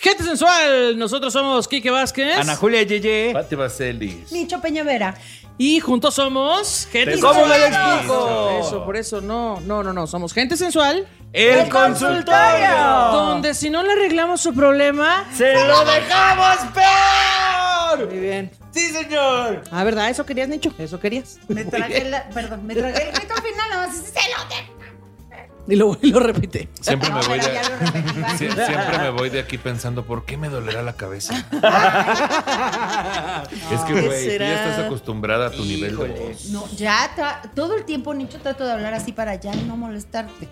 Gente sensual, nosotros somos Quique Vázquez. Ana Julia Yeye. Fátima Celis. Nicho Peñavera. Y juntos somos gente ¿Cómo me lo Sensual. explico? Eso, por eso, no, no, no, no. Somos gente sensual. El consultorio. Donde si no le arreglamos su problema. ¡Se lo dejamos peor! Muy bien. ¡Sí, señor! Ah, ¿verdad? Eso querías, Nicho. Eso querías. Me tragué la, perdón, me tragué el grito al final, nada más ese se lo de- Y lo, y lo repite. Siempre me No, voy pero de ya lo repetí, va. Sie- Siempre me voy de aquí pensando, ¿por qué me dolerá la cabeza? es que, ¿Qué güey, tú será? ya estás acostumbrada a tu nivel de voz. No, ya tra- todo el tiempo Nicho trato de hablar así para ya no molestarte.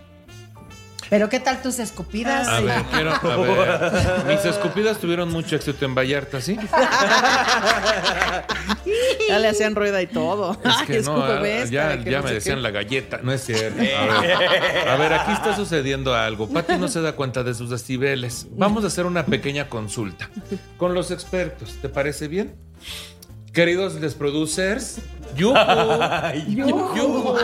Pero qué tal tus escupidas? Ah, A ver, quiero. A ver. Mis escupidas tuvieron mucho éxito en Vallarta, ¿sí? Ya le hacían rueda y todo. Es que Ay, no, escupe, ah, ves, ya, para que ya no me sé decían qué. la galleta. No es cierto. A ver, A ver, aquí está sucediendo algo. Pati no se da cuenta de sus decibeles. Vamos a hacer una pequeña consulta con los expertos. ¿Te parece bien? Queridos les producers, yujú, yujú.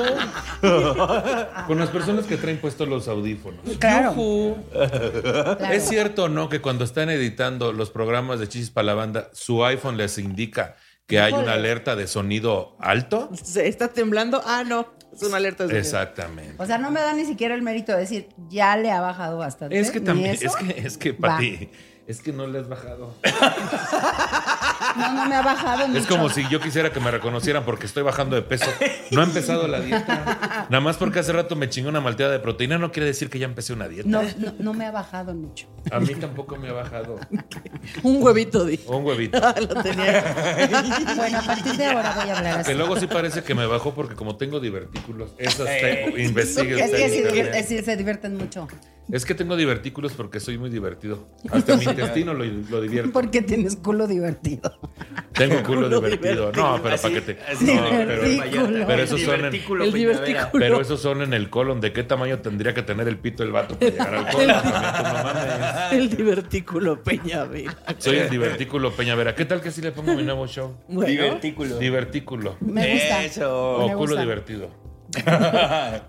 con las personas que traen puestos los audífonos. Claro. Yujú. Claro. ¿Es cierto o no que cuando están editando los programas de Chichis para la Banda, su iPhone les indica que hay una alerta de sonido alto? Se está temblando. Ah, no. Es una alerta de sonido. Exactamente. O sea, no me da ni siquiera el mérito de decir, ya le ha bajado bastante. Es que ni también, eso. es que, es que, Va. Pati, es que no le has bajado. No, no me ha bajado Es Nicho. como si yo quisiera que me reconocieran porque estoy bajando de peso. No he empezado la dieta. Nada más porque hace rato me chingué una malteada de proteína, no quiere decir que ya empecé una dieta. No, no, no me ha bajado Nicho. A mí tampoco me ha bajado. Un huevito, dijo. O un huevito. lo tenía. Bueno, a partir de ahora voy a hablar Que así. luego sí parece que me bajó porque como tengo divertículos, esas tengo, Es que sí, investiguen. es- sí, se divierten mucho. Es que tengo divertículos porque soy muy divertido. Hasta mi intestino lo, lo divierto. Porque tienes culo divertido. Tengo culo Culo divertido. No, pero Así- para que te. así no, se pero- ve en Vallarta. pero esos El son en- divertículo El Peñavera. divertículo. Pero esos son en el colon. ¿De qué tamaño tendría que tener el pito el vato para llegar al colon? No mames. El divertículo Peñavera. Soy el divertículo Peñavera. ¿Qué tal que si le pongo mi nuevo show? Bueno. Divertículo. Divertículo. Me gusta. Eso. O Me culo gusta. divertido.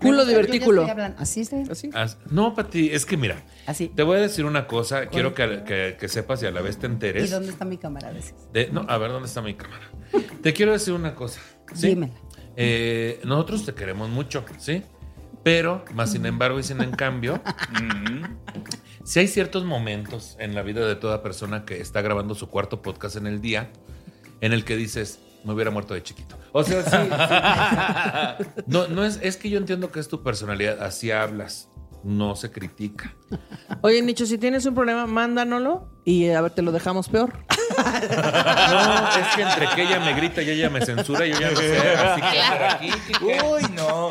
Culo Yo- yo divertículo. estoy hablando- Así estoy. Así. As- No, Pati, es que mira, Así. te voy a decir una cosa. Quiero que, que- que sepas y a la vez te ¿Y enteres. dónde está mi cámara? Dices. de- no, a ver, ¿dónde está mi cámara? Te quiero decir una cosa. ¿sí? Dímela. Eh, nosotros te queremos mucho, ¿sí? Pero, más sin embargo y sin en cambio, si hay ciertos momentos en la vida de toda persona que está grabando su cuarto podcast en el día, en el que dices, me hubiera muerto de chiquito. O sea, sí. sí. No, no es, es que yo entiendo que es tu personalidad, así hablas, no se critica. Oye, Nicho, si tienes un problema, mándanoslo y eh, a ver, te lo dejamos peor. No, es que entre que ella me grita y ella me censura, yo ya no sé, así que hacer aquí. Uy, no.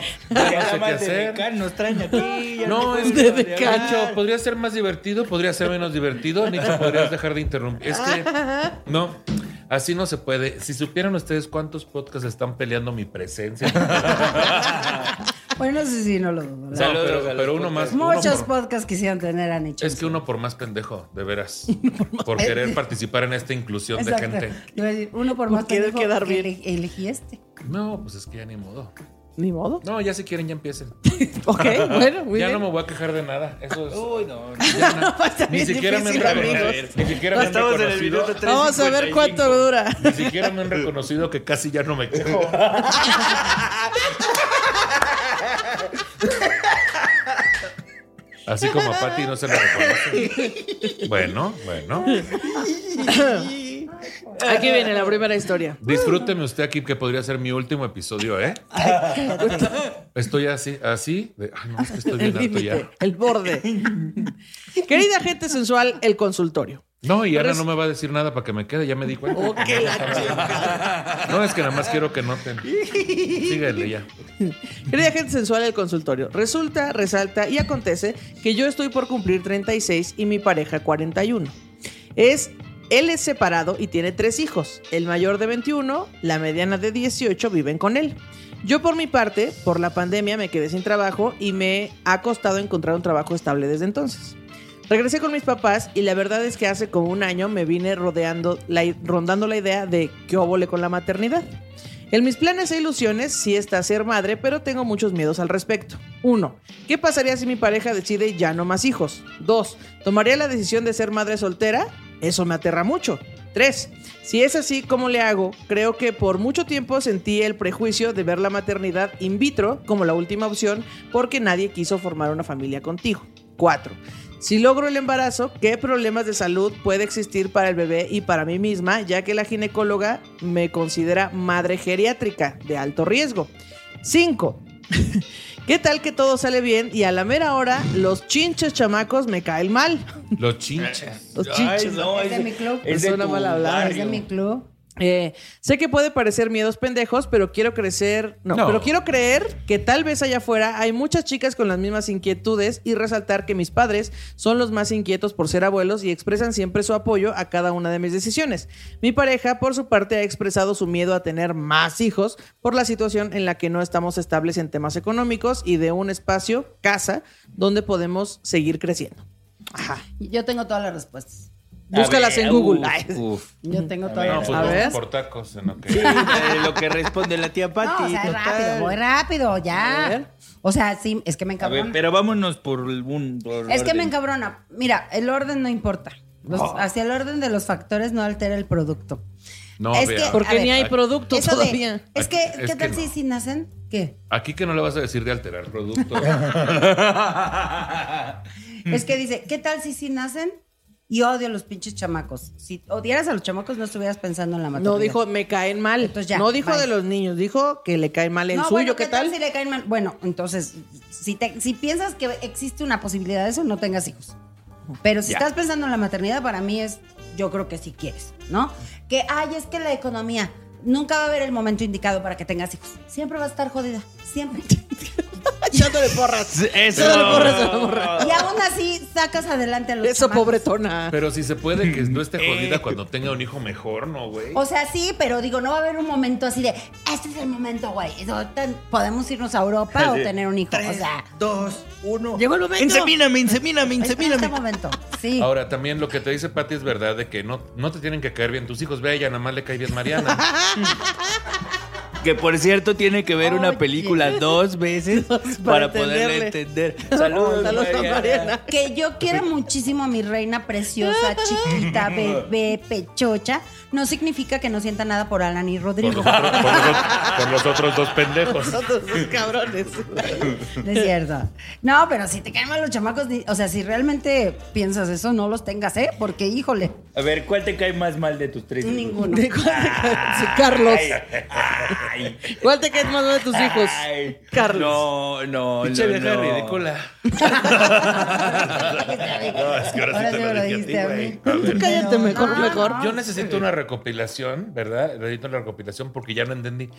Ya Ya no sé nada qué más de hacer. becar nos traen aquí. ya No, es podemos que de hablar. Nicho, podría ser más divertido, podría ser menos divertido. Nicho, podrías dejar de interrumpir. Es que no, así no se puede. Si supieran ustedes cuántos podcasts están peleando mi presencia. Bueno, sí, sí, no lo dudo. No, la- Saludos pero, a los pero uno más. podcasts. uno Muchos por- podcasts quisieran tener a Nicho. es que uno por más pendejo, de veras. Por querer participar en esta inclusión Exacto. de gente. Iba a decir, uno por Por más querer pendejo quedar que bien. ele- elegí este. No, pues es que ya ni modo. Ni modo. No, ya si quieren, ya empiecen. Ok, bueno, muy Ya no bien. me voy a quejar de nada. Eso es. Uy, no. ya no. Va a estar Ni bien siquiera me han difícil, reconocido. amigos. Ni siquiera me han Estamos en el reconocido. minuto Vamos a ver cuánto dura. Ni siquiera me han reconocido que casi ya no me quejo. Así como a Patty no se le reconoce. Bueno, bueno. Aquí viene la primera historia. Disfrúteme usted aquí que podría ser mi último episodio, ¿eh? Estoy así, así. de- ay, no, es que estoy El bien alto ya. límite, el borde. Querida gente sensual, el consultorio. No, y ahora Res- no me va a decir nada para que me quede, ya me di cuenta. Oh, qué la No, es que nada más quiero que noten. Síguele ya. Querida gente sensual del consultorio, resulta, resalta y acontece que yo estoy por cumplir 36 y mi pareja 41. Es, él es separado y tiene tres hijos. El mayor de 21, la mediana de 18 viven con él. Yo por mi parte, por la pandemia me quedé sin trabajo y me ha costado encontrar un trabajo estable desde entonces. Regresé con mis papás y la verdad es que hace como un año me vine rodeando la i- rondando la idea de que óvole con la maternidad. En mis planes e ilusiones sí está ser madre, pero tengo muchos miedos al respecto. Uno, ¿Qué pasaría si mi pareja decide ya no más hijos? Dos, ¿Tomaría la decisión de ser madre soltera? Eso me aterra mucho. Tres, Si es así, ¿cómo le hago? Creo que por mucho tiempo sentí el prejuicio de ver la maternidad in vitro como la última opción porque nadie quiso formar una familia contigo. Cuatro, Si logro el embarazo, ¿qué problemas de salud puede existir para el bebé y para mí misma, ya que la ginecóloga me considera madre geriátrica de alto riesgo? 5. ¿Qué tal que todo sale bien y a la mera hora los chinches chamacos me caen mal? Los chinches. Los Ay, chinches. no, Es de ese- mi club. Es de Suena tu mal hablado, Es de barrio. mi club. Eh, sé que puede parecer miedos pendejos, pero quiero crecer. No, No. pero quiero creer que tal vez allá afuera hay muchas chicas con las mismas inquietudes y resaltar que mis padres son los más inquietos por ser abuelos y expresan siempre su apoyo a cada una de mis decisiones. Mi pareja, por su parte, ha expresado su miedo a tener más hijos por la situación en la que no estamos estables en temas económicos y de un espacio, casa, donde podemos seguir creciendo. Ajá. Yo tengo todas las respuestas. A Búscalas ver, en Google. uf, Ay. uf. Yo tengo todas No, las pues A vamos ver. por tacos. En lo que- Sí, de lo que responde la tía Pati. No, o sea, total. rápido, voy rápido, pues, A ver. ya. O sea, sí, es que me A ver, encabrona. pero vámonos por un. por Es que me orden. encabrona. Mira, el orden no importa. Los- Ah. Hacia el orden de los factores no altera el producto. No, Es vea. que- Porque A ni ver, hay producto Eso de- todavía. es que, Es ¿qué que tal no. si, si nacen? ¿Qué? Aquí que no le vas a decir de alterar producto. Mm. Es que dice, ¿qué tal si si nacen? Y odio a los pinches chamacos. Si odiaras a los chamacos, no estuvieras pensando en la maternidad. No dijo me caen mal. Entonces ya, no dijo bye. de los niños, dijo que le cae mal el No, suyo, bueno, ¿qué tal? si le caen mal? Bueno, entonces, si, te- si piensas que existe una posibilidad de eso, no tengas hijos. Pero si Ya. estás pensando en la maternidad, para mí es, yo creo que si quieres, ¿no? Que, ay, es que la economía nunca va a haber el momento indicado para que tengas hijos. Siempre va a estar jodida, siempre. Echándole porras. Eso. Echándole porras a la morra. y aún así sacas adelante a los Eso, chamacos. pobretona. Pero si se puede que no esté Eh. jodida cuando tenga un hijo mejor, ¿no, güey? O sea, sí, pero digo, no va a haber un momento así de, este es el momento, güey. Eso, tan- Podemos irnos a Europa o tener un hijo. o sea, Dos, uno. Llegó el momento. Insemíname, insemíname, es en este insemíname. momento. Sí. Ahora, también lo que te dice Pati es verdad de que no, no te tienen que caer bien tus hijos. Ve a ella, nada más le cae bien Mariana. Que por cierto tiene que ver una Oye. película dos veces para, para poderle entender. Saludos, Saludos a Mariana. Mariana. Que yo quiero muchísimo a mi reina preciosa, chiquita, bebé, pechocha. No significa que no sienta nada por Alan y Por Rodrigo. los, otros, por los otros- por los otros dos pendejos. Nosotros los cabrones. No es cierto. No, pero si te caen mal los chamacos, di- o sea, si realmente piensas eso, no los tengas, ¿eh? Porque, híjole, A ver, ¿cuál te cae más mal de tus tres? hijos? ninguno. ¿De cuál te cae- sí, Carlos. Ay. ¿Cuál te cae más mal de tus hijos? Ay. Carlos. No, no, Pinche no, vieja no. ridícula. No, es que ahora sí te sí lo me dije a ti, mí. güey. A ver. Tú cállate No, mejor, no, mejor. no. Yo necesito una recopilación, ¿verdad? Necesito una recopilación porque ya no entendí.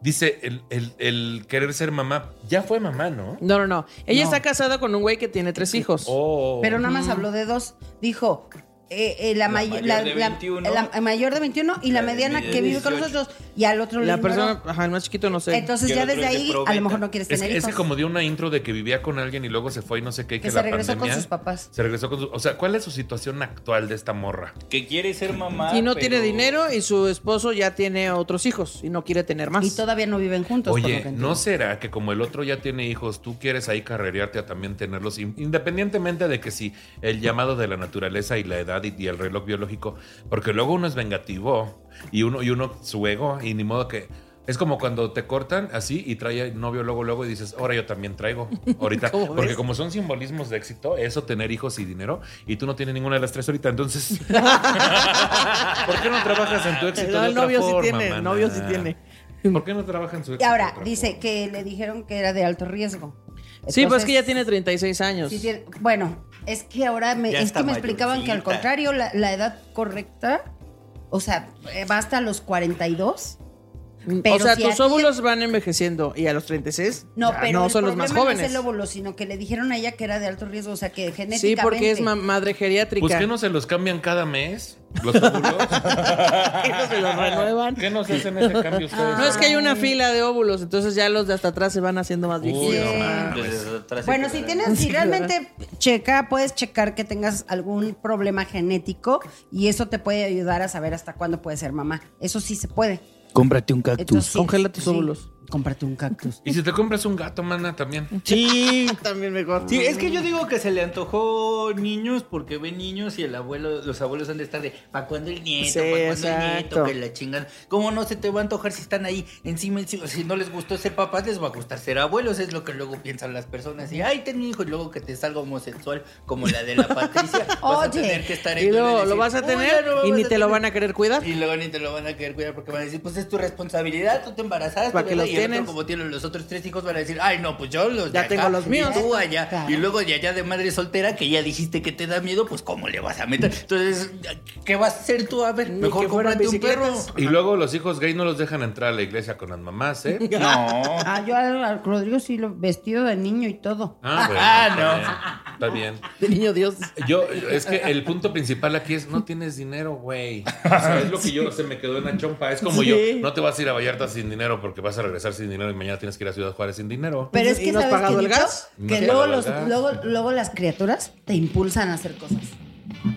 Dice, el, el- el querer ser mamá, ya fue mamá, ¿no? No, no, no. Ella No. está casada con un güey que tiene tres hijos. Oh. Pero nada más habló de dos. Dijo, eh, eh, la, may- mayor la- de la- 21. la mayor de 21 y la, mediana que vive con 18. nosotros. Y al otro le La ignoró. persona, ajá, el más chiquito no sé. Entonces Y el ya otro desde es de ahí a probeta. lo mejor no quieres Es, tener que- es hijos. que como dio una intro de que vivía con alguien y luego se fue y no sé qué, y que, Que se la regresó con pandemia- sus papás. Se regresó con su- O sea, ¿cuál es su situación actual de esta morra? Que quiere ser mamá. Y no Ah, pero- tiene dinero y su esposo ya tiene otros hijos y no quiere tener más. Y todavía no viven juntos. por lo Oye, que ¿no entiendo. será que como el otro ya tiene hijos, tú quieres ahí carrerearte a también tenerlos? In- Independientemente de que sí, el llamado de la naturaleza y la edad y, y el reloj biológico, porque luego uno es vengativo y uno, y uno su ego, y ni modo que. Es como cuando te cortan así y trae novio luego, luego y dices, ahora yo también traigo. Ahorita. ¿Cómo Porque ves? como son simbolismos de éxito, eso tener hijos y dinero, y tú no tienes ninguna de las tres ahorita, entonces. ¿Por qué no trabajas en tu éxito? No, de el otra novio sí forma, tiene, mana? novio sí tiene. ¿Por qué no trabajas en su Y éxito? de ahora otra dice forma? que le dijeron que era de alto riesgo. Sí, pues Entonces, es que ya tiene 36 años. sí tiene- bueno, Es que ahora me, Ya es está que me explicaban que al mayorcita. contrario, la, la edad correcta, o sea, eh, va hasta los 42. Mm, Pero o sea, si a tus ti- óvulos van envejeciendo y a los 36 No, ya pero no el son los más problema No jóvenes. es el óvulo, sino que le dijeron a ella que era de alto riesgo, o sea, que genéticamente. sí, porque es ma- madre geriátrica. Pues que no se los cambian cada mes, los óvulos. Y no se los renuevan. ¿Qué nos hacen ese cambio ustedes? Ah, No es que hay una fila de óvulos, entonces ya los de hasta atrás se van haciendo más viejitos. Uy, no Sí. mames. Desde atrás se Bueno, si quedará. tienes, si realmente checa, puedes checar que tengas algún problema genético y eso te puede ayudar a saber hasta cuándo puedes ser mamá. Eso sí se puede. Cómprate un Entonces, cactus. sí, Congela tus óvulos. Cómprate un cactus. Y si te compras un gato, mana, también. Sí. También mejor. Sí, es que yo digo que se le antojó niños porque ve niños y el abuelo, los abuelos han de estar de ¿pa' cuándo el nieto? Sí, ¿Pa' cuándo el exacto. nieto? Que la chingan. ¿Cómo no se te va a antojar si están ahí encima? encima? Si no les gustó ser papás, les va a gustar ser abuelos, es lo que luego piensan las personas. Y ay, ten un hijo y luego que te salga homosexual como la de la Patricia. vas a Oye. tener que estar Y en duelo luego decir, lo vas a "Uy, tener ya no y vas ni a te lo tener". van a querer cuidar. Y luego ni te lo van a querer cuidar porque van a decir, pues es tu responsabilidad, tú te embarazaste. ¿Para qué ¿verdad? y el los otro, tienes? como tienen los otros tres hijos, van a decir, ay, no, pues yo los de Ya acá, tengo los y míos. tú allá. Claro. Y luego de allá de madre soltera, que ya dijiste que te da miedo, pues ¿cómo le vas a meter? Entonces, ¿qué vas a hacer tú? A ver, Ni mejor que fueran cómprate un perro. bicicletas. Y luego los hijos gay no los dejan entrar a la iglesia con las mamás, ¿eh? No. Ah, yo al, al Rodrigo sí lo vestido de niño y todo. Ah, bueno, Ah, Está bien. Está De niño Dios. bien. Yo, es que el punto principal aquí es no tienes dinero, güey. O sea, es lo que yo se me quedó en la chompa. Es como Sí. yo, no te vas a ir a Vallarta sin dinero porque vas a regresar sin dinero y mañana tienes que ir a Ciudad Juárez sin dinero. Pero es ¿Y que no has sabes pagado qué, el Nico? gas? No has que luego, pagado el los- gas. luego, luego las criaturas te impulsan a hacer cosas.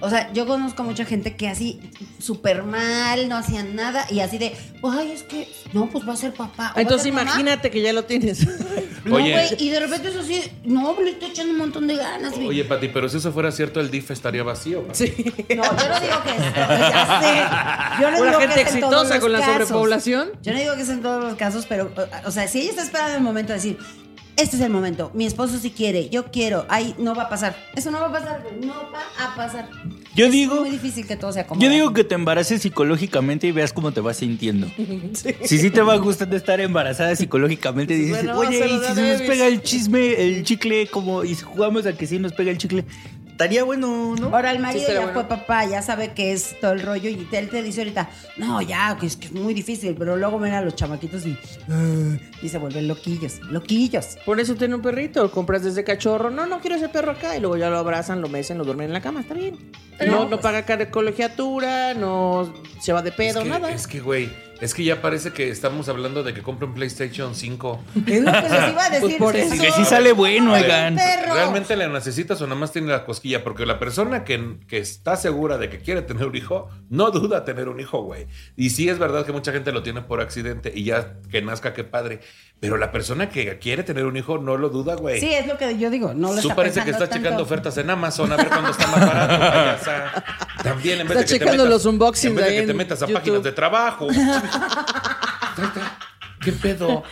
O sea, yo conozco mucha gente que así súper mal, no hacían nada y así de, ay, es que no, pues va a ser papá. o va a Entonces ser mamá". imagínate que ya lo tienes. No, Oye. güey, y de repente es así, no, pues le estoy echando un montón de ganas. güey". Oye, Pati, pero si eso fuera cierto, el DIF estaría vacío. Pati. Sí. No, yo no digo que es. Ya sé. Yo no Una digo gente que es en exitosa todos los con la casos. sobrepoblación. Yo no digo que es en todos los casos, pero, o- o sea, si ella está esperando el momento de decir, este es el momento, mi esposo sí quiere, yo quiero, ay, no va a pasar. Eso no va a pasar, güey, no va a pasar. Yo Es digo- muy difícil que todo se acomode. Yo digo que te embaraces psicológicamente y veas cómo te vas sintiendo. Si sí te va gustando estar embarazada psicológicamente, dices, Bueno, oye, se y lo si da se nos Davis". pega el chisme, el chicle, como, y si jugamos a que sí nos pega el chicle, estaría bueno, ¿no? Ahora, el marido estaría ya bueno. fue papá, ya sabe que es todo el rollo y él te dice ahorita, no, ya, que es, que es muy difícil, pero luego ven a los chamaquitos y, "Ah", y se vuelven loquillos, loquillos. Por eso tiene un perrito, lo compras desde cachorro. No, no quiero ese perro acá. Y luego ya lo abrazan, lo mecen, lo duermen en la cama. Está bien. No, pues no paga car- colegiatura, no se va de Es pedo, que- nada. Es que, güey, es que ya parece que estamos hablando de que compre un PlayStation 5. Es lo que les iba a decir. Pues por eso. Y que sí sale bueno, Ay, oigan. perro. ¿Realmente la necesitas o nada más tiene la cosquilla? Porque la persona que, que está segura de que quiere tener un hijo, no duda tener un hijo, güey. Y sí es verdad que mucha gente lo tiene por accidente y ya que nazca, qué padre. Pero la persona que quiere tener un hijo no lo duda, güey. Sí, es lo que yo digo. No lo Tú está parece que pensando está checando tanto. ofertas en Amazon a ver cuándo está más barato. payasa. También en vez Está de que te checando metas- los unboxings en vez de ahí que en te metas a YouTube. páginas de trabajo. ¿Qué pedo?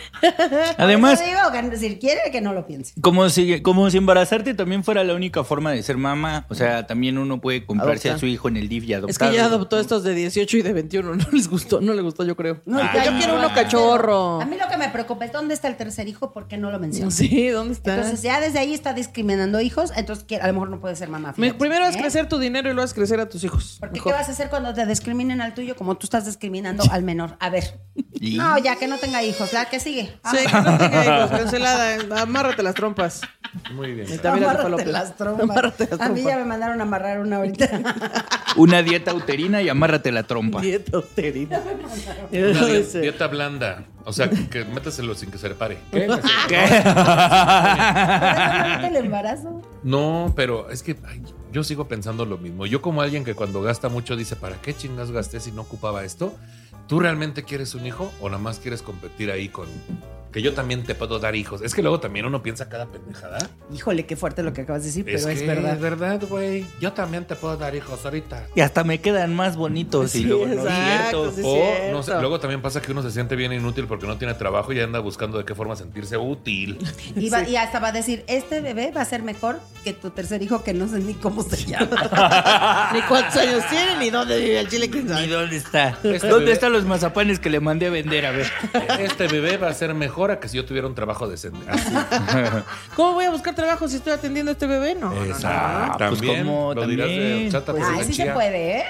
Además, Por eso digo que si quiere que no lo piense. como si, como si embarazarte también fuera la única forma de ser mamá, o sea, también uno puede comprarse Adopta. a su hijo en el DIF y Es adoptarlo. que ya adoptó estos de 18 y de 21. No les gustó, no le gustó, yo creo. No, Ah. ya- Yo quiero uno cachorro. A mí lo que me preocupa es dónde está el tercer hijo porque no lo menciona. Sí, ¿dónde está? Entonces ya desde ahí está discriminando hijos, entonces que a lo mejor no puede ser mamá. Me- fíjate, primero es ¿eh? crecer tu dinero y luego es crecer a tus hijos. Porque Mejor. ¿qué vas a hacer cuando te discriminen al tuyo como tú estás discriminando al menor? A ver. Y- No, ya que no tenga hijos, la que sigue. Ah, Sí, que no tenga hijos, cancelada. eh. Amárrate las trompas. Muy bien. Neta, mira tu amárrate paloma. las trompas. Amárrate las A mí ya trompas. me mandaron a amarrar una ahorita. Una dieta uterina y amárrate la trompa. Dieta uterina. Una di- Ese. dieta blanda. O sea, que métaselo sin que se le pare. ¿Qué? ¿Te el embarazo? No, pero es que ay, yo sigo pensando lo mismo. Yo como alguien que cuando gasta mucho dice, ¿para qué chingas gasté si no ocupaba esto? ¿Tú realmente quieres un hijo o nada más quieres competir ahí con... Que yo también te puedo dar hijos. Es que luego también uno piensa cada pendejada. Híjole, qué fuerte lo que acabas de decir, Es pero que, es verdad. verdad, güey. Yo también te puedo dar hijos ahorita. Y hasta me quedan más Pues bonitos y Sí, luego no es exacto, cierto. sí. o cierto. no sé, luego también pasa que uno se siente bien inútil porque no tiene trabajo y anda buscando de qué forma sentirse útil. Y, va- y hasta va a decir, este bebé va a ser mejor que tu tercer hijo que no sé ni cómo se llama. Ni cuántos años tiene, ni dónde vive el chile, quién ¿Y sabe. dónde está? Este ¿Dónde bebé- están los mazapanes que le mandé a vender? A ver. Este bebé va a ser mejor mejor a que si yo tuviera un trabajo decente. Así. ¿Cómo voy a buscar trabajo si estoy atendiendo a este bebé? No. no, no, no. Exacto. pues, También ¿cómo? lo dirás de También, chata pues. por Ay, la sí se chía. puede, ¿eh?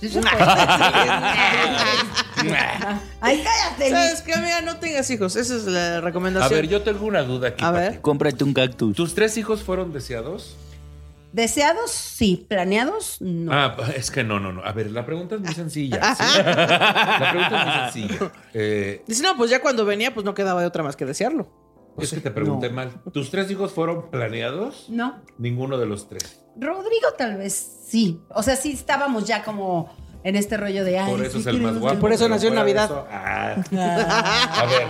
Sí se puede. Ay, cállate. ¿Sabes qué, amiga? No tengas hijos. Esa es la A recomendación. ver, yo tengo una duda aquí. A Pati. ver. Cómprate un cactus. ¿Tus tres hijos fueron deseados? Deseados, sí. Planeados, no. Ah, es que no, no, no. A ver, la pregunta es muy sencilla. ¿sí? La pregunta es muy sencilla. Eh, Dice, no, pues ya cuando venía, pues no quedaba de otra más que desearlo. es que te pregunté mal. ¿Tus tres hijos fueron planeados? No. Ninguno de los tres. Rodrigo tal vez sí. O sea, sí estábamos ya como en este rollo de... ay, Por eso sí es el más queremos guapo. Por eso pero nació en fuera de Navidad. eso- Ah. A ver,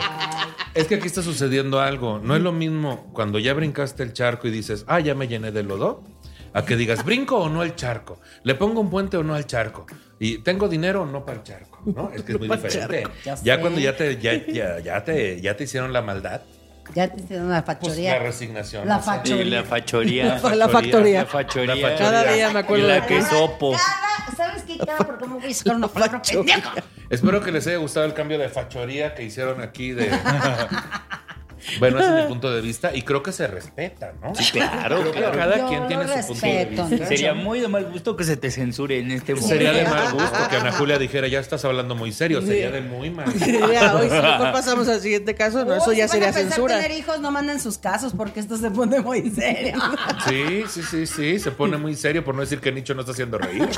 es que aquí está sucediendo algo. No es lo mismo cuando ya brincaste el charco y dices, ah, ya me llené de lodo, a que digas, brinco o no al charco, le pongo un puente o no al charco, y tengo dinero o no para el charco, ¿no? Es que es muy Para el diferente. Ya Ya, sé. cuando ya te, ya, ya, ya te, ya te hicieron la maldad, Ya te hicieron la pues factoría. la resignación. La o sea, fachoría. Y la fachoría. La factoría. La fachoría. La fachoría. Cada día me acuerdo Y de la que Cada- sopo. cada- ¿Sabes qué? Cada por cómo voy a sacar una palabra Factoría. pendeja. Espero que les haya gustado el cambio de fachoría que hicieron aquí de... Bueno, ese es mi punto de vista y creo que se respeta, ¿no? Sí, claro, Creo que claro. cada Yo quien lo tiene su punto de respeto, vista. Nacho. Sería muy de mal gusto que se te censure en este momento. Sería de mal gusto que Ana Julia dijera, ya estás hablando muy serio. Sería de muy mal gusto. Ya, hoy, si mejor pasamos al siguiente caso, no, eso Uy, si ya van sería a pensar censura. tener hijos, no manden sus casos porque esto se pone muy serio. Sí, sí, sí, sí. Se pone muy serio por no decir que Nicho no está haciendo reír.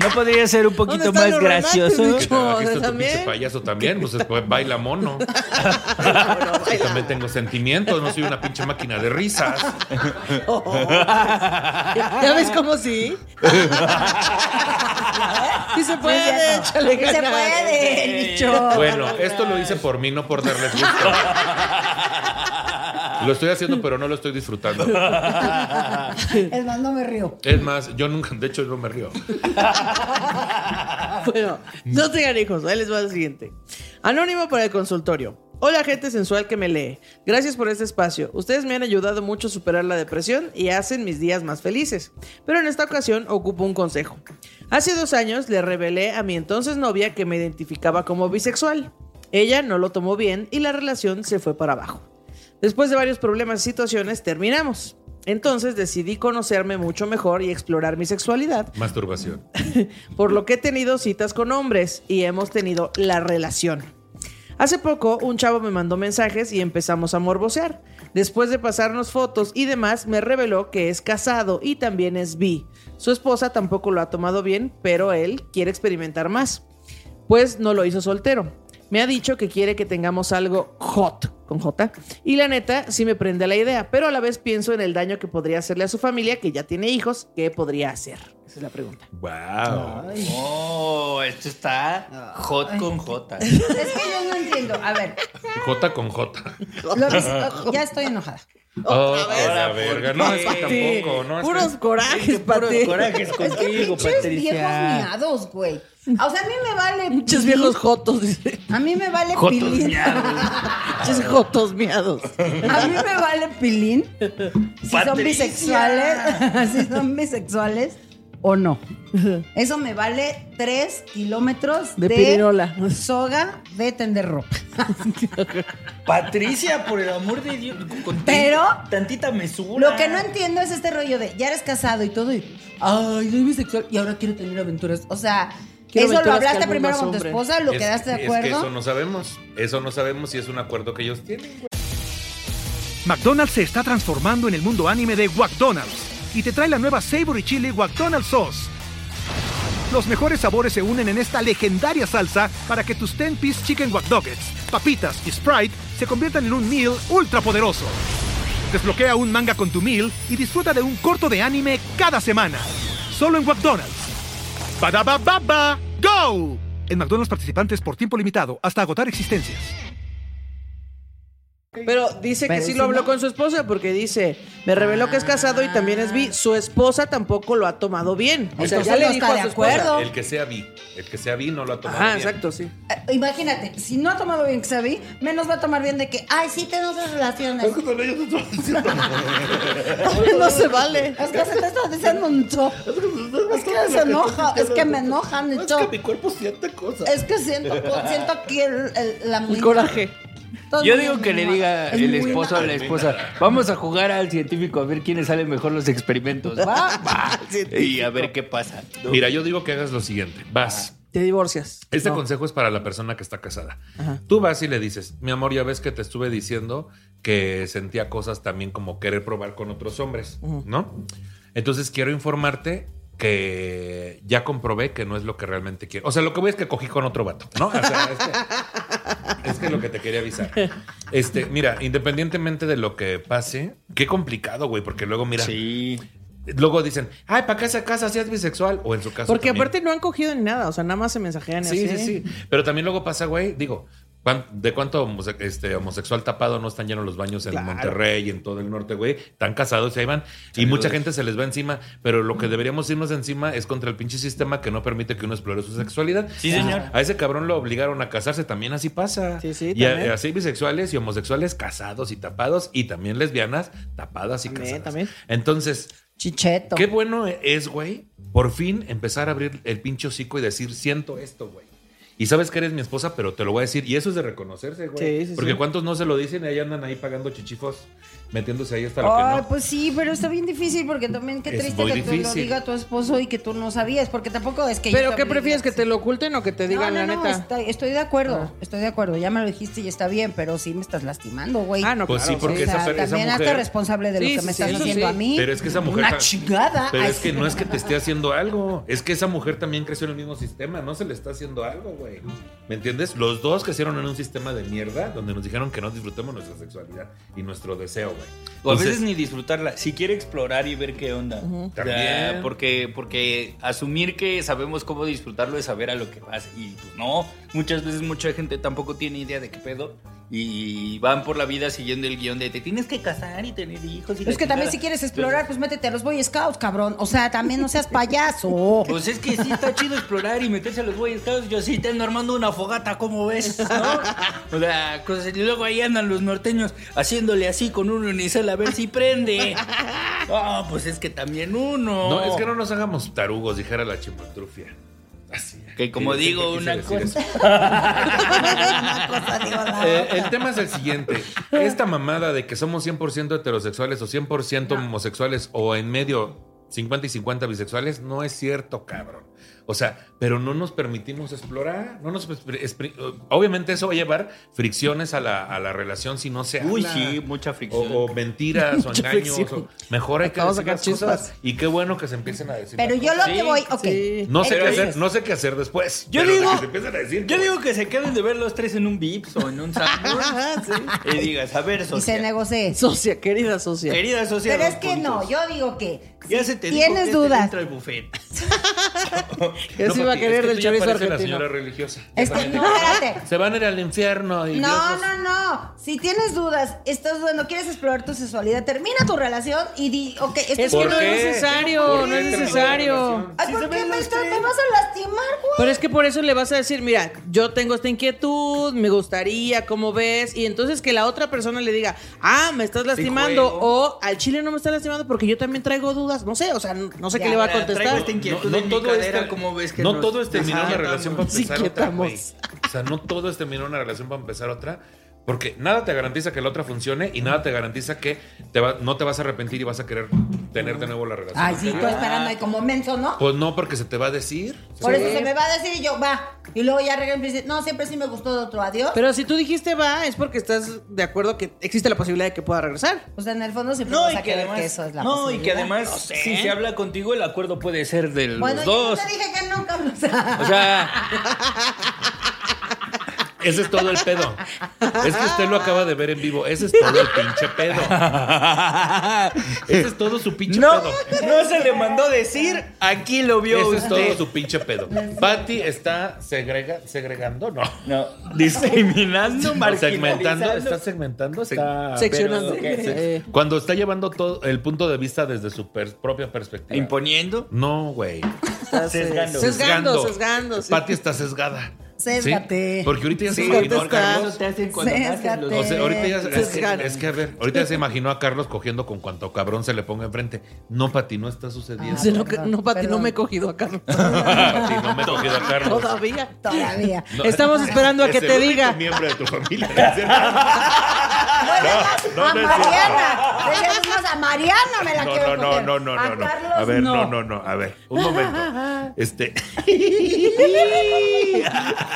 ¿No podría ser un poquito ¿Dónde están más los gracioso? remates, Aquí Nicho? está tu pinche ¿También? payaso también. Pues después baila mono. Yo también tengo sentimientos. No soy una pinche máquina de risas. ¿Ya ves cómo sí? sí se puede, Sí, es cierto. échale Sí se ganas. puede, Nicho. Bueno, esto lo hice por mí, no por darles gusto. Lo estoy haciendo, pero no lo estoy disfrutando. Es más, no me río. Es más, yo nunca, de hecho, no me río. Bueno, no tengan hijos. Ahí les va el siguiente. Anónimo para el consultorio. Hola gente sensual que me lee. Gracias por este espacio. Ustedes me han ayudado mucho a superar la depresión y hacen mis días más felices. Pero en esta ocasión ocupo un consejo. Hace dos años le revelé a mi entonces novia que me identificaba como bisexual. Ella no lo tomó bien y la relación se fue para abajo. Después de varios problemas y situaciones terminamos. Entonces decidí conocerme mucho mejor y explorar mi sexualidad Masturbación. por lo que he tenido citas con hombres y hemos tenido la relación. Hace poco un chavo me mandó mensajes y empezamos a morbosear. Después de pasarnos fotos y demás, me reveló que es casado y también es bi. Su esposa tampoco lo ha tomado bien, pero él quiere experimentar más. Pues no lo hizo soltero. Me ha dicho que quiere que tengamos algo hot con J. Y la neta, sí me prende la idea, pero a la vez pienso en el daño que podría hacerle a su familia, que ya tiene hijos, ¿qué podría hacer? Esa es la pregunta. Wow. Oh, esto está hot con J. Es que yo no entiendo. A ver, J con J. lo que- ya estoy enojada. Otra vez. la verga. No, es Pati, que tampoco. No, es puros que- corajes, Pati. corajes Es que contigo, pinches viejos Patricia. miados, güey. O sea, a mí me vale. Pinches pilín. viejos jotos, dice. A mí me vale Jotos pilín. miados. Pinches Ah. jotos miados. A mí me vale pilín. Si son bisexuales. si son bisexuales o no. Eso me vale tres kilómetros De de, pirinola. soga de tender ropa. Patricia, por el amor de Dios. con- con Pero- Tantita mesura. Lo que no entiendo es este rollo de ya eres casado y todo y ay, soy bisexual y ahora quiero tener aventuras. O sea, Quiero eso lo aventuras que hablaste algún primero más con tu hombre. esposa, lo es- quedaste de Es que eso acuerdo. no sabemos. Eso no sabemos si es un acuerdo que ellos tienen. güey. McDonald's se está transformando en el mundo anime de McDonald's y te trae la nueva Savory Chili McDonald's Sauce. Los mejores sabores se unen en esta legendaria salsa para que tus 10-piece chicken wack nuggets, papitas y Sprite se conviertan en un meal ultra poderoso. Desbloquea un manga con tu meal y disfruta de un corto de anime cada semana. Solo en McDonald's. ba baba go! En McDonald's participantes por tiempo limitado hasta agotar existencias. Pero dice que Pero sí si lo habló no. con su esposa porque dice, me reveló que es casado y también es bi. Su esposa tampoco lo ha tomado bien. O sea, Entonces ya le no dijo está a de su esposa. acuerdo. El que sea vi, el que sea vi no lo ha tomado. Ajá, bien. exacto, sí. Eh, Imagínate, si no ha tomado bien Xavi, menos va a tomar bien de que, ay, sí tenemos relaciones. No se vale. Es que se te está diciendo mucho. Es que se enoja, es que me enojan y todo. cuerpo siente cosas. Es que siento, siento aquí el, el- la El coraje. Todo Yo muy digo que le mal. diga Es el muy esposo a mal. la esposa, vamos a jugar al científico a ver quiénes salen mejor los experimentos. Va, va. Y a ver qué pasa. ¿no? Mira, yo digo que hagas lo siguiente. Vas. Te divorcias. Este No. consejo es para la persona que está casada. Ajá. Tú vas y le dices, mi amor, ya ves que te estuve diciendo que sentía cosas también como querer probar con otros hombres, ¿no? Entonces quiero informarte que ya comprobé que no es lo que realmente quiero. O sea, lo que voy es que cogí con otro vato, ¿no? O sea, es que, es que es lo que te quería avisar. Este, mira, independientemente de lo que pase, qué complicado, güey, porque luego, mira, Sí. luego dicen, ay, ¿para qué se casa si es bisexual? O en su caso. Porque también. aparte no han cogido ni nada, o sea, nada más se mensajean y Sí, así. sí, sí. Pero también luego pasa, güey, digo, ¿cuán- ¿de cuánto homose- este, homosexual tapado no están llenos los baños en Claro. Monterrey y en todo el norte, güey? Están casados y ahí van. Y mucha gente se les va encima. Pero lo que deberíamos irnos encima es contra el pinche sistema que no permite que uno explore su sexualidad. Sí, señor. A ese cabrón lo obligaron a casarse, también así pasa. Sí, sí, Y a- también. así bisexuales y homosexuales casados y tapados y también lesbianas tapadas y También, casadas. también. Entonces, Chicheto. Qué bueno es, güey, por fin empezar a abrir el pinche hocico y decir, siento esto, güey. Y sabes que eres mi esposa, pero te lo voy a decir. Y eso es de reconocerse, güey. Sí, sí, Porque sí. cuántos no se lo dicen y ahí andan ahí pagando chichifos, metiéndose ahí hasta lo Ay, que no. pues sí, pero está bien difícil porque también qué Es triste muy que tú lo difícil. diga a tu esposo y que tú no sabías, porque tampoco es que yo Pero te ¿qué obligue. prefieres? ¿Que te lo oculten o que te digan no, no, la no, neta? Estoy, estoy de acuerdo, Ah. estoy de acuerdo. Ya me lo dijiste y está bien, pero sí me estás lastimando, güey. Ah, no, Pues claro. sí, porque O sea, esa, per- esa también hazte mujer. responsable de lo Sí, que sí, me sí, estás eso haciendo sí. a mí. Pero es que esa mujer Una ta- chingada. Pero Ay, es que sí. no es que te esté haciendo algo. Es que esa mujer también creció en el mismo sistema. No se le está haciendo algo, güey. ¿Me entiendes? Los dos crecieron en un sistema de mierda donde nos dijeron que no disfrutemos nuestra sexualidad y nuestro deseo, güey. O a Entonces, veces ni disfrutarla. Si quiere explorar y ver qué onda. O sea, También. porque, porque asumir que sabemos cómo disfrutarlo es saber a lo que vas. Y pues no, muchas veces mucha gente tampoco tiene idea de qué pedo. Y van por la vida siguiendo el guión de te tienes que casar y tener hijos. Y la Es que también chingada". si quieres explorar, pues métete a los Boy Scouts, cabrón. O sea, también no seas payaso. Pues es que sí está chido explorar y meterse a los Boy Scouts. Yo sí te ando armando una fogata, ¿cómo ves? ¿No? O sea, cosas- y luego ahí andan los norteños haciéndole así con un unicel a ver si prende. Ah, pues es que también uno. No, es que no nos hagamos tarugos, dijera la chimpantrufia. Así. Que como Sí, digo, siempre una quise decir cosa. eso. Una cosa, digo, la Eh, otra. el tema es el siguiente. Esta mamada de que somos 100% heterosexuales o 100% homosexuales o en medio 50 y 50 bisexuales no es cierto, cabrón. O sea, pero no nos permitimos explorar. No nos expri- expri- Obviamente eso va a llevar fricciones a la, a la relación si no se Uy, habla. sí, mucha O, fricción. o mentiras o Mucha engaños. fricción. o- mejor hay que Acabas de decir las sacar chispas. cosas. Y qué bueno que se empiecen a decir. Pero las yo lo Sí, que voy, ok. sí. No sé qué Entonces- hacer, no sé qué hacer después. Yo pero de digo- que se empiezan a decir, Yo digo que se queden de ver los tres en un Vips o en un Sanborns y digas, a ver, Y se socia, negocé. Socia, querida socia. querida socia. Pero dos es que no, puntos. yo digo que Ya se te tienes dijo que dudas. te entra el buffet. ¿Qué se iba a querer papi, es que del este tú ya chorizo pareces la argentino? señora religiosa. es Ya que también no, te- espérate. Se van a ir al infierno y No, Dios los- no, no. Si tienes dudas, estás dudando, quieres explorar tu sexualidad, termina tu relación y di, ok, esto Es que ¿Por no qué? es ¿Por necesario, qué no es terminó la necesario. relación? Ay, Si ¿por se qué ven me los estás- tres. te vas a lastimar, güey? Pero es que por eso le vas a decir, mira, yo tengo esta inquietud, me gustaría, ¿cómo ves? Y entonces que la otra persona le diga, ah, me estás lastimando, juego. o al chile no me está lastimando porque yo también traigo dudas, no sé, o sea, no no sé Ya, qué le va a ahora, traigo contestar. este- inquietud no en mi todo es cadera, ter- ¿cómo ves que no nos- todo es terminar Ajá, una relación para estamos- empezar Sí, que otra, güey. estamos. O sea, no todo es terminar una relación para empezar otra. Porque nada te garantiza que la otra funcione y nada te garantiza que te va- no te vas a arrepentir y vas a querer tener de nuevo la relación. Ay, sí, tú esperando ahí como menso, ¿no? Pues no, porque se te va a decir. Por eso se me va a decir y yo, va. Y luego ya regreso y dice, no, siempre sí me gustó de otro adiós. Pero si tú dijiste va, es porque estás de acuerdo que existe la posibilidad de que pueda regresar. o sea, en el fondo siempre No, vas y a que creer además, que eso es la no, y que posibilidad. además si se habla contigo, el acuerdo puede ser de los Bueno, yo dos. te dije que nunca. O sea, O sea. Ese es todo el pedo. Es que usted lo acaba de ver en vivo. Ese es todo el pinche pedo. Ese es todo su pinche No, pedo. no se le mandó decir, aquí lo vio Ese es usted. todo su pinche pedo. Patty está segrega, segregando, no. No, discriminando, segmentando, marginalizando. está segmentando, está Seccionando. pero- Sí. Cuando está llevando todo el punto de vista desde su per- propia perspectiva. Imponiendo. no, güey. Estás, eh, Sesgando. Sesgando, sesgando. sí. Patty está sesgada. Sésgate. ¿Sí? Porque ahorita ya se Sí, imaginó a ¿dónde está? Carlos. Eso te hacen cuando naces Sésgate. los- O sea, ahorita ya es que, Sesgada. es que, a ver, ahorita ya se imaginó a Carlos cogiendo con cuanto cabrón se le ponga enfrente. No, Pati, no está sucediendo. Sí, no, que- Perdón, no, Pati, no perdón. me he cogido acá. Pati, no me he cogido a Carlos. Todavía. Todavía. No. Estamos esperando a Es que el te único diga. miembro de tu familia. No, a no, no es cierto. Mariana. Decíamos más, a Mariana me la No, quiero no, coger. no, no, A no, no. Carlos, A ver, no, no, no. A ver, un momento. Este.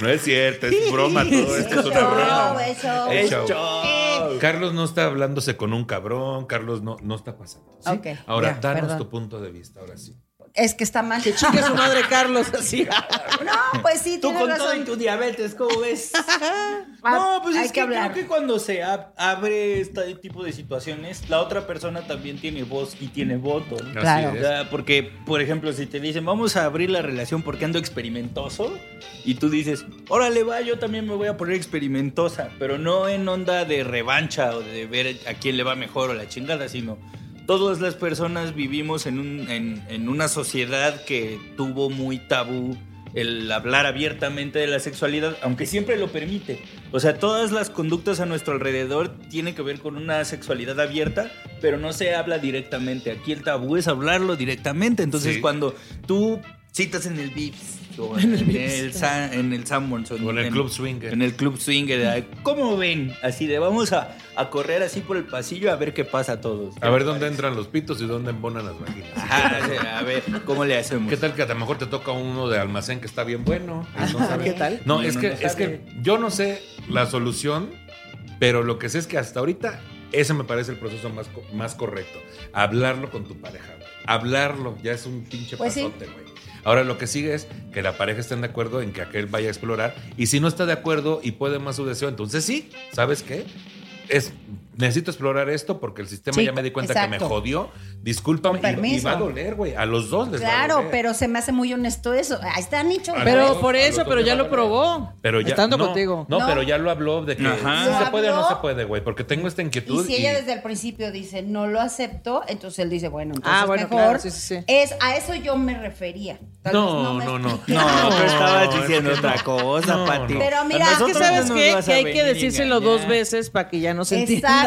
No es cierto, es broma todo. Esto Este es una No, broma. es show. Es Es show. Carlos no está hablándose con un cabrón. Carlos no, no está pasando. ¿sí? Ok, Ahora, ya, danos perdón. tu punto de vista. Ahora sí. Es que está mal. Que chique su madre Carlos así. ah, No, pues sí, Tú tienes con todo razón. y tu diabetes, ¿cómo ves? Ah, No, pues hay es que, creo hablar. que cuando se ab- abre este tipo de situaciones, la otra persona también tiene voz y tiene voto. ¿no? Claro. Así O es. sea, porque, por ejemplo, si te dicen, vamos a abrir la relación porque ando experimentoso, y tú dices, órale, va, yo también me voy a poner experimentosa, pero no en onda de revancha o de ver a quién le va mejor o la chingada, sino todas las personas vivimos en, un- en- en una sociedad que tuvo muy tabú el hablar abiertamente de la sexualidad, aunque siempre lo permite. O sea, todas las conductas a nuestro alrededor tienen que ver con una sexualidad abierta, pero no se habla directamente. Aquí el tabú es hablarlo directamente. Entonces, Sí. cuando tú citas en el Vips o en, el, Sa- en el Sanborns O en el club swinger. En el club swinger, de, ¿cómo ven? Así de vamos a, a correr así por el pasillo a ver qué pasa a todos. A ver dónde entran los pitos y dónde embonan las vaginas. Ajá, o sea, Ah, a ver, ¿cómo le hacemos? ¿Qué tal que a lo mejor te toca uno de almacén que está bien bueno? Ah, Y no sabes. ¿Qué tal? No, No, es, no, que, no es que yo no sé la solución, pero lo que sé es que hasta ahorita ese me parece el proceso más, co- más correcto. Hablarlo con tu pareja. güey. Hablarlo ya es un pinche Pues sí. pasote, güey. Ahora lo que sigue es que la pareja estén de acuerdo en que aquel vaya a explorar y si no está de acuerdo y puede más su deseo, entonces sí, ¿sabes qué? Es, necesito explorar esto porque el sistema Sí, ya me di cuenta que me exacto. jodió. Discúlpame. Con Y, y va a permiso. doler, güey. A los dos les va a Claro, doler. pero se me hace muy honesto eso. Ahí está, Nicho. Ah, no. Pero por Carlos, eso, tú pero te ya vas a lo ver. probó. Pero ya, Estando no, contigo. No, No. pero ya lo habló de que Ajá. si se Lo puede o no habló. se puede, güey, porque tengo esta Y inquietud. si ella desde el principio dice no lo acepto, entonces él dice, bueno, entonces Ah, bueno, mejor. claro, sí, sí, sí. Es, a eso yo me refería. Tal vez No, me no, no. expliqué. No, No, tú estabas no, diciendo es que otra cosa, No, Pati. no. Pero A Es mira, Ah, que nosotros sabes no nos qué? vas que a hay que venir decírselo a engañar. dos veces para que ya no se entienda. Exacto.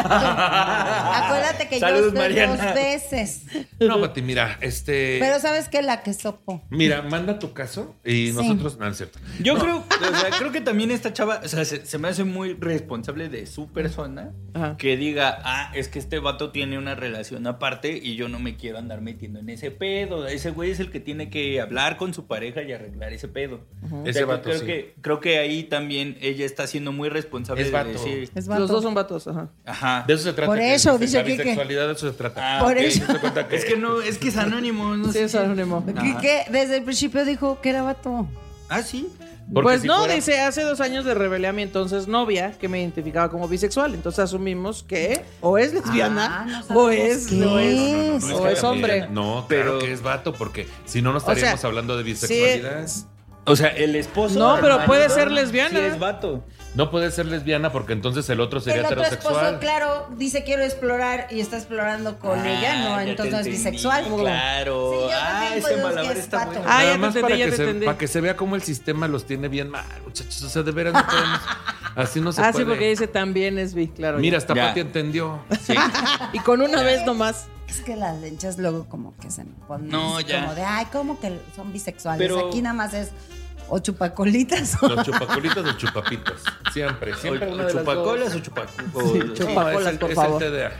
Acuérdate que Salud, yo estoy Mariana. dos veces. No, Pati, mira, este. Pero sabes que la que sopo. Mira, manda tu caso y Sí. nosotros. No, no es cierto. Yo creo, o sea, creo que también esta chava, o sea, se, se me hace muy responsable de su persona Ajá. que diga, ah, es que este vato tiene una relación aparte y yo no me quiero andar metiendo en ese pedo. Ese güey es el que tiene que hablar con su pareja y arreglar ese pedo. O sea, Ese yo vato, creo sí. que creo que ahí también ella está siendo muy responsable Es de vato. decir, Es vato. Los dos son vatos, ajá. ajá. De eso se trata. Por que eso, de dice la Quique. bisexualidad, de eso se trata. Ah, Por ok. eso. Se cuenta que- Es que no, es que es anónimo, no Sí, sé. es anónimo. Que- que desde el principio dijo que era vato. Ah, sí. Porque Pues si no, fuera- dice, hace dos años le revelé a mi entonces novia que me identificaba como bisexual. Entonces asumimos que o es lesbiana Ah, no sabemos o es... qué o es- es. No, o que es también- hombre. No, pero Pero- que es vato, porque si no, no estaríamos sea, hablando de sí, bisexualidad. O sea, el esposo. No, del pero puede marido ser lesbiana. sí es vato. No puede ser lesbiana porque entonces el otro sería El otro heterosexual. esposo, claro, dice quiero explorar y está explorando con Ah, ella, no, ya te entonces no es entendí, bisexual. Claro. Sí, yo ah, también ese conozco malabar que es está pato. bueno. Ah, Nada ya te más entendí, para, ya que te se, entendí. para que se vea cómo el sistema los tiene bien mal, muchachos. O sea, de veras no podemos. Así no se Ah, puede. sí, porque dice también es bi, claro. Mira, hasta Ya. Pati entendió. Y con una vez nomás. Es que las lenchas luego como que se me ponen No, así ya. como de, ay, como que son bisexuales. Pero- Aquí nada más es o chupacolitas. Los chupaculitos o chupapitos. Siempre, siempre. O- una o de las dos. chupacolas o chupacu- o- Sí, sí. chupacolas, No, es el- por es el favor. TDA.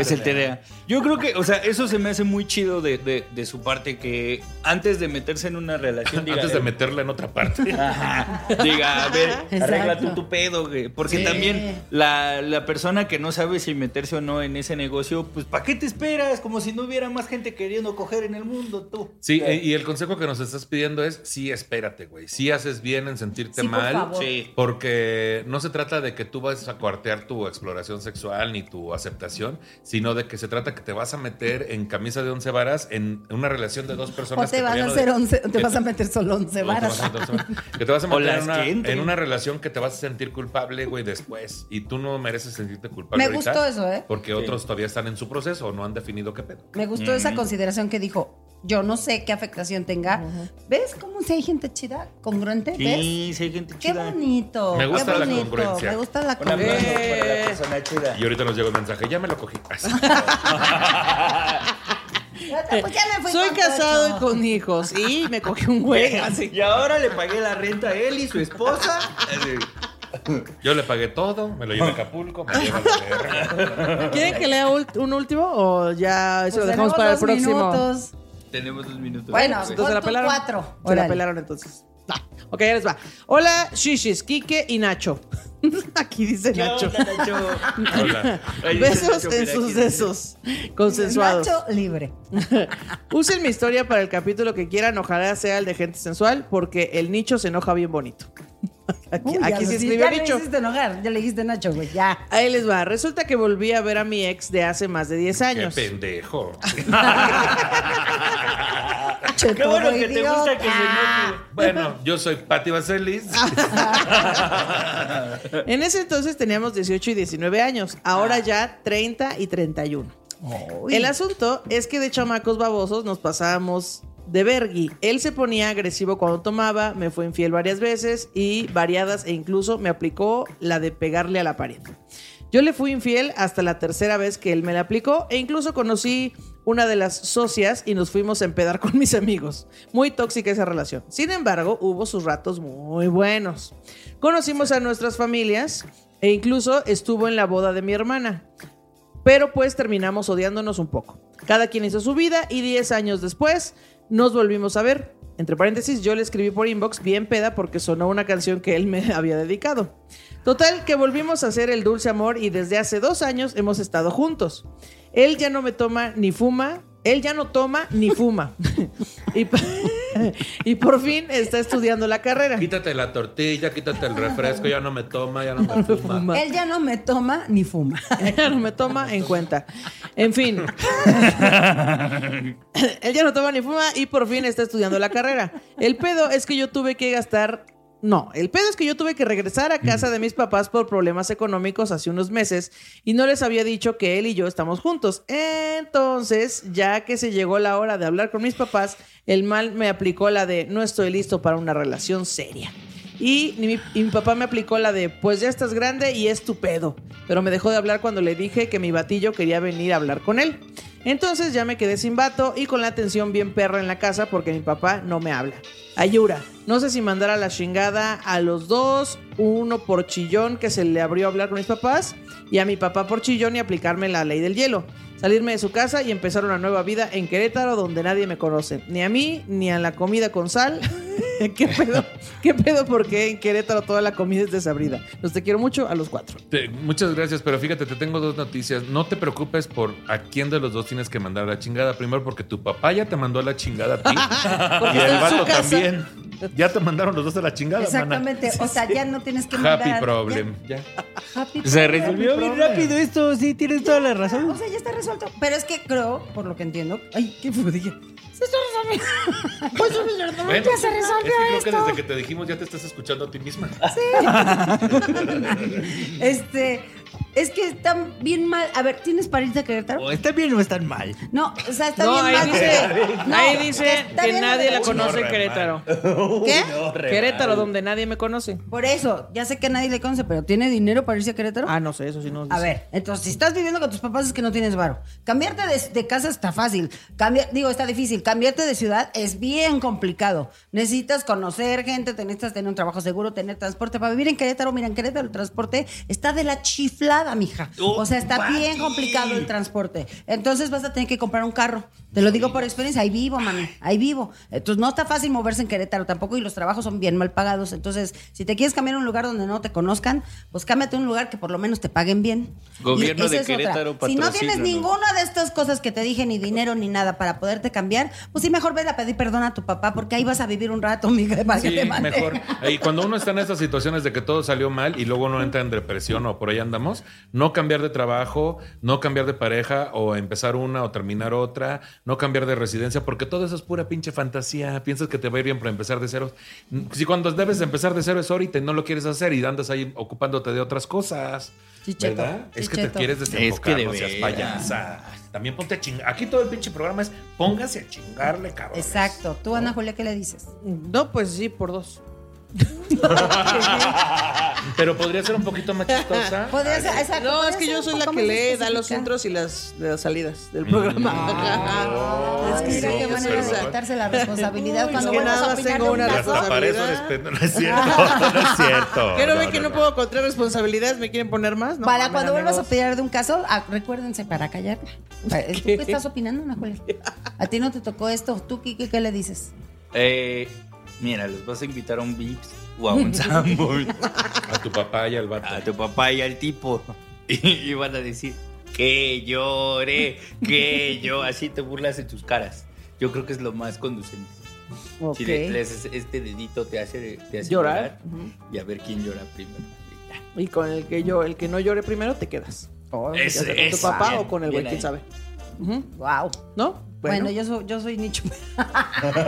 Es el TDA. Yo creo que, o sea, eso se me hace muy chido de, de- de su parte que antes de meterse en una relación, diga, eh. Antes de meterla en otra parte. Ajá. Diga, a ver, Exacto. arregla tú tu pedo, güey. Porque Sí. también la, la persona que no sabe si meterse o no en ese negocio, pues ¿para qué te esperas? Como si no hubiera más gente queriendo coger en el mundo, tú. Sí, eh, y el consejo que nos estás pidiendo es, sí, espérate, güey. Sí haces bien en sentirte Sí, por mal. favor. Sí. Porque no se trata de que tú vas a cuartear tu exploración sexual ni tu aceptación, sino de que se trata que te vas a meter en camisa de once varas en una relación de dos O personas. te que vas a todavía no hacer de- 11, te que- vas a meter solo 11 o te vas varas. a meter once varas. Que te vas a O meter las en una, que entren. en una relación que te vas a sentir culpable, güey, después. Y tú no mereces sentirte culpable. Me ahorita gustó eso, ¿eh? Porque otros todavía están en su proceso o no han definido qué pedo. Me gustó esa Mm. consideración que dijo. Yo no sé qué afectación tenga. ¿Ves cómo si hay gente chida, congruente? ¿Ves? Sí, sí, hay gente Qué chida. bonito. Me gusta qué la bonito. congruencia. Me gusta la Un aplauso congruencia. para la persona chida. Y ahorita nos llega un mensaje, ya me lo cogí. Así. Pues ya me fui Soy con casado Tocho. y con hijos y me cogí un eh, güey así. Y ahora le pagué la renta a él y su esposa. Así. Yo le pagué todo, me lo llevé a Acapulco, me llevé a la verga. ¿Quieren que lea ult- un último o ya eso Pues lo dejamos para el tenemos dos próximo? minutos. Tenemos dos minutos. Bueno, Entonces pon se la tú pelaron. cuatro. Se la Órale. pelaron entonces. Ah, ok, ya les va. Hola, shishis, Quique y Nacho. Aquí dice Nacho. Hola. Ay, Besos Nacho, mira en sus aquí. besos. Consensuados. Nacho libre. Usen mi historia para el capítulo que quieran. Ojalá sea el de gente sensual, porque el nicho se enoja bien bonito. Aquí, Uy, ya aquí lo- se ya escribe le nicho. hiciste enojar, ya le dijiste Nacho, güey, ya. Ahí les va. Resulta que volví a ver a mi ex de hace más de 10 Qué años. pendejo. Qué bueno que te gusta que se Idiota. enoje. Bueno, yo soy Patti Vaselis. En ese entonces teníamos 18 y 19 años, Ah. ahora ya 30 y 31. El asunto es que de chamacos babosos nos pasábamos de vergui. Él se ponía agresivo cuando tomaba, me fue infiel varias veces y variadas e incluso me aplicó la de pegarle a la pared. Yo le fui infiel hasta la tercera vez que él me la aplicó e incluso conocí una de las socias y nos fuimos a empedar con mis amigos. Muy tóxica esa relación. Sin embargo, hubo sus ratos muy buenos. Conocimos a nuestras familias e incluso estuvo en la boda de mi hermana. Pero pues terminamos odiándonos un poco. Cada quien hizo su vida y 10 años después nos volvimos a ver. Entre paréntesis, yo le escribí por inbox bien peda porque sonó una canción que él me había dedicado. Total, que volvimos a hacer el dulce amor y desde hace dos años hemos estado juntos. Él ya no me toma ni fuma. Él ya no toma ni fuma. y, pa- y por fin está estudiando la carrera. Quítate la tortilla, quítate el refresco, ya no me toma, ya no me fuma. Él ya no me toma ni fuma. Ella no me toma en cuenta. En fin. Él ya no toma ni fuma y por fin está estudiando la carrera. El pedo es que yo tuve que gastar. No, el pedo es que yo tuve que regresar a casa de mis papás por problemas económicos hace unos meses y no les había dicho que él y yo estamos juntos. Entonces, ya que se llegó la hora de hablar con mis papás, el mal me aplicó la de no estoy listo para una relación seria. Y ni mi, y mi papá me aplicó la de, pues ya estás grande y es tu pedo. Pero me dejó de hablar cuando le dije que mi batillo quería venir a hablar con él. Entonces ya me quedé sin vato y con la atención bien perra en la casa porque mi papá no me habla. Ayura, no sé si mandar a la chingada a los dos, uno por chillón que se le abrió a hablar con mis papás y a mi papá por chillón y aplicarme la ley del hielo. Salirme de su casa y empezar una nueva vida en Querétaro donde nadie me conoce. Ni a mí, ni a la comida con sal. ¿Qué pedo? ¿Qué pedo? Porque en Querétaro toda la comida es desabrida. Los te quiero mucho a los cuatro. Te- muchas gracias, pero fíjate, te tengo dos noticias. No te preocupes por a quién de los dos tienes que mandar a la chingada. Primero, porque tu papá ya te mandó a la chingada a ti. y está el en su vato casa. también. Ya te mandaron los dos a la chingada, mana. Exactamente, o sea, ya no tienes que mandar. Happy problem. Ya. ya- Ah, happy Se problem, resolvió bien problem. rápido esto, sí, tienes toda la O razón. sea, ya está resuelto. Pero es que creo, por lo que entiendo. Ay, qué fue, dije. Se está resolviendo. Pues yo me lo Bueno, ya se es que resolvió creo que esto. desde que te dijimos ya te estás escuchando a ti misma. Este, es que están bien mal. A ver, ¿tienes para irte a Querétaro? O está bien o están mal. No, o sea, está No, bien ahí mal. dice, No, ahí dice está que bien lo nadie de- la conoce en re Querétaro. ¿Qué? Querétaro, donde nadie me conoce. Por eso, ya sé que nadie le conoce, pero ¿tiene dinero para irse a Querétaro? Ah, no sé, eso sí no. A ver, entonces, si estás viviendo con tus papás es que no tienes varo. Cambiarte de, de casa está fácil. Cambia- digo, está difícil. Cambiarte de ciudad es bien complicado. Necesitas conocer gente, te necesitas tener un trabajo seguro, tener transporte. Para vivir en Querétaro, mira, en Querétaro el transporte está de la chif. inflada, mija. Oh, o sea, está papi. bien complicado el transporte. Entonces vas a tener que comprar un carro. Te lo digo por experiencia, ahí vivo, mami, ahí vivo. Entonces no está fácil moverse en Querétaro tampoco y los trabajos son bien mal pagados. Entonces, si te quieres cambiar a un lugar donde no te conozcan, pues cámbiate a un lugar que por lo menos te paguen bien. Gobierno Y esa de es otra. Querétaro, Si no tienes patrocínanos. ninguna de estas cosas que te dije, ni dinero ni nada para poderte cambiar, pues sí, mejor vete a pedir perdón a tu papá porque ahí vas a vivir un rato, mija, para que Sí, te mande. mejor. Y cuando uno está en estas situaciones de que todo salió mal y luego uno entra en depresión o por ahí andamos, no cambiar de trabajo, no cambiar de pareja o empezar una o terminar otra, no cambiar de residencia, porque todo eso es pura pinche fantasía. Piensas que te va a ir bien para empezar de cero. Si cuando debes empezar de cero es ahorita y no lo quieres hacer y andas ahí ocupándote de otras cosas. Sí, cheto, ¿Verdad? sí, es que te cheto. quieres desenfocar, Es que de no seas veras. payasa. También ponte a chingar. Aquí todo el pinche programa es póngase a chingarle, cabrón. Exacto. Tú, Ana Julia, ¿qué le dices? No, pues sí, por dos. Pero podría ser un poquito más chistosa. Podría ser- exacto, No, podría es que ser yo un soy la poco que más lee, da los específica. intros y las, de las salidas del programa. Ah. Es Ay, que mira sí, qué es bueno verdad. es quitarse la responsabilidad Uy, cuando es que vuelvas nada a más opinar tengo de un una Y caso. hasta para eso les prendo. No es cierto, no es cierto. Quiero ver que no puedo encontrar responsabilidades, me quieren poner más. No, para mames, cuando vuelvas a amigos. opinar de un caso, ah, recuérdense para callarla. ¿Tú qué estás opinando, Ana Julia? A ti no te tocó esto. ¿Tú, Kike, qué le dices? Eh, mira, los vas a invitar a un Vips o a un Sambo. A tu papá y al vato. a tu papá y al tipo. Y, y van a decir que llore, que yo. Así te burlas de tus caras. Yo creo que es lo más conducente. Ok. Si le, le haces este dedito, te hace, te hace Llorar. llorar. Y a ver quién llora primero. Y ya. Y con el que yo, el que no llore primero, te quedas. O te Ese, quedas con tu esa. papá Ah, Bien, o con el bien güey, quién ahí. sabe. Ujú. Wow. ¿No? Bueno, Bueno, yo, soy, yo soy nicho. claro,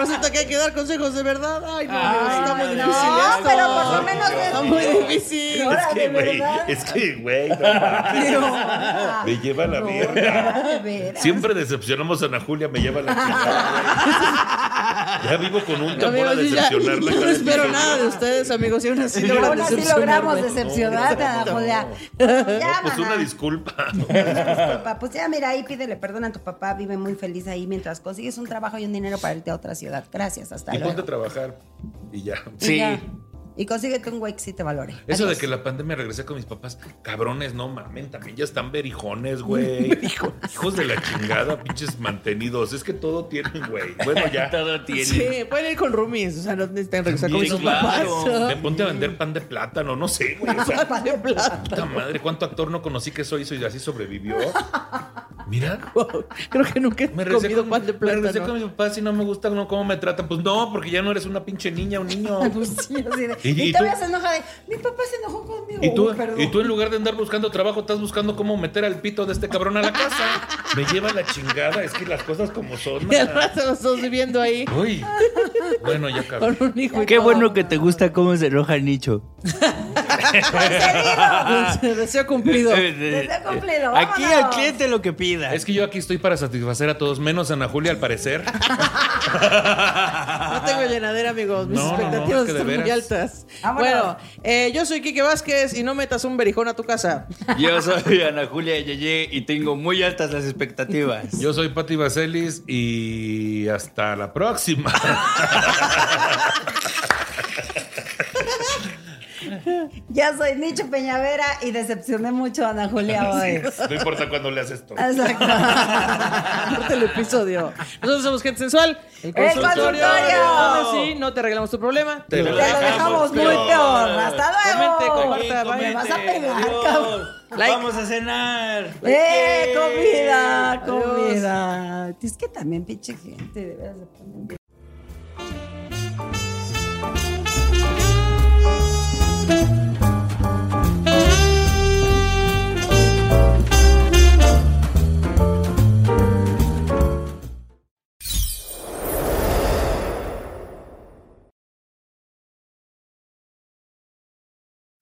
resulta que hay que dar consejos de verdad. Ay, no, amigos, está muy no, difícil esto. pero por lo menos Está es- muy difícil. Ahora, Es que, de güey, verdad. es que, güey, no mames. Ahora. Me lleva la No, mierda. ya, de veras. Siempre decepcionamos a Ana Julia, me lleva la chingada. güey. Ya vivo con un temor a Amigos, yo ya- yo decepcionarla. no cada espero día. nada de ustedes, amigos, y aún así Pero logran aún así logramos decepcionarme. decepcionar a Ana Julia. No, Ya, pues una maná. disculpa. papá, pues ya mira ahí, pídele perdón a tu papá, vive muy feliz ahí mientras consigues un trabajo y un dinero para irte a otra ciudad. Gracias, hasta Y ponte luego. a trabajar. Y ya. Y Sí. ya. Y consíguete un güey que sí te valore. Eso Adiós. de que la pandemia regresé con mis papás, cabrones, no mamen, también ya están verijones, güey. Hijos de la chingada, pinches mantenidos. Es que todo tienen, güey. Bueno, ya. Todo tiene. Sí, pueden ir con roomies, o sea, no necesitan regresar con Sí, sus claro. papás. Ve, ponte a vender pan de plátano, no sé, güey. O sea, puta madre, ¿cuánto actor no conocí que soy y así sobrevivió? Mira. Creo que nunca he Me regresé, comido con, pan de me regresé con plátano. mis papás y no me gusta no, cómo me tratan. Pues no, porque ya no eres una pinche niña o niño. Pues sí, así de- ¿Y- y y te tú? veas enoja de, mi papá se enojó conmigo. Y tú, Uy, Oh, perdón. y tú en lugar de andar buscando trabajo, estás buscando cómo meter al pito de este cabrón a la casa. Me lleva la chingada, es que las cosas como son. Y al mana. rato los dos viviendo ahí Uy. Bueno, ya acabé. con un hijo y Qué todo. bueno que te gusta cómo se enoja Nicho. Deseo cumplido. Deseo cumplido, Aquí al vámonos. cliente lo que pida. Es que yo aquí estoy para satisfacer a todos, menos a Ana Julia, al parecer. No tengo llenadera, amigos. Mis No, no, no, expectativas es que de están muy veras. altas. Vámonos. Ah, Bueno, eh, yo soy Quique Vázquez y no metas un berijón a tu casa. Yo soy Ana Julia Yeye y tengo muy altas las expectativas. Yo soy Pati Vaselis y hasta la próxima. Ya soy Nicho Peñavera y decepcioné mucho a Ana Julia hoy. No importa cuándo le haces esto. Exacto. Corta el episodio. Nosotros somos gente sensual. El consultorio. Ahora sí, no te arreglamos tu problema. Te lo Te lo dejamos muy peor. Hasta Comente, luego. comparta, Me vaya. vas a pegar, cabrón. Like. Vamos a cenar. ¡Eh, comida! Adiós. ¡Comida! Es que también pinche gente, de veras, se ponen bien.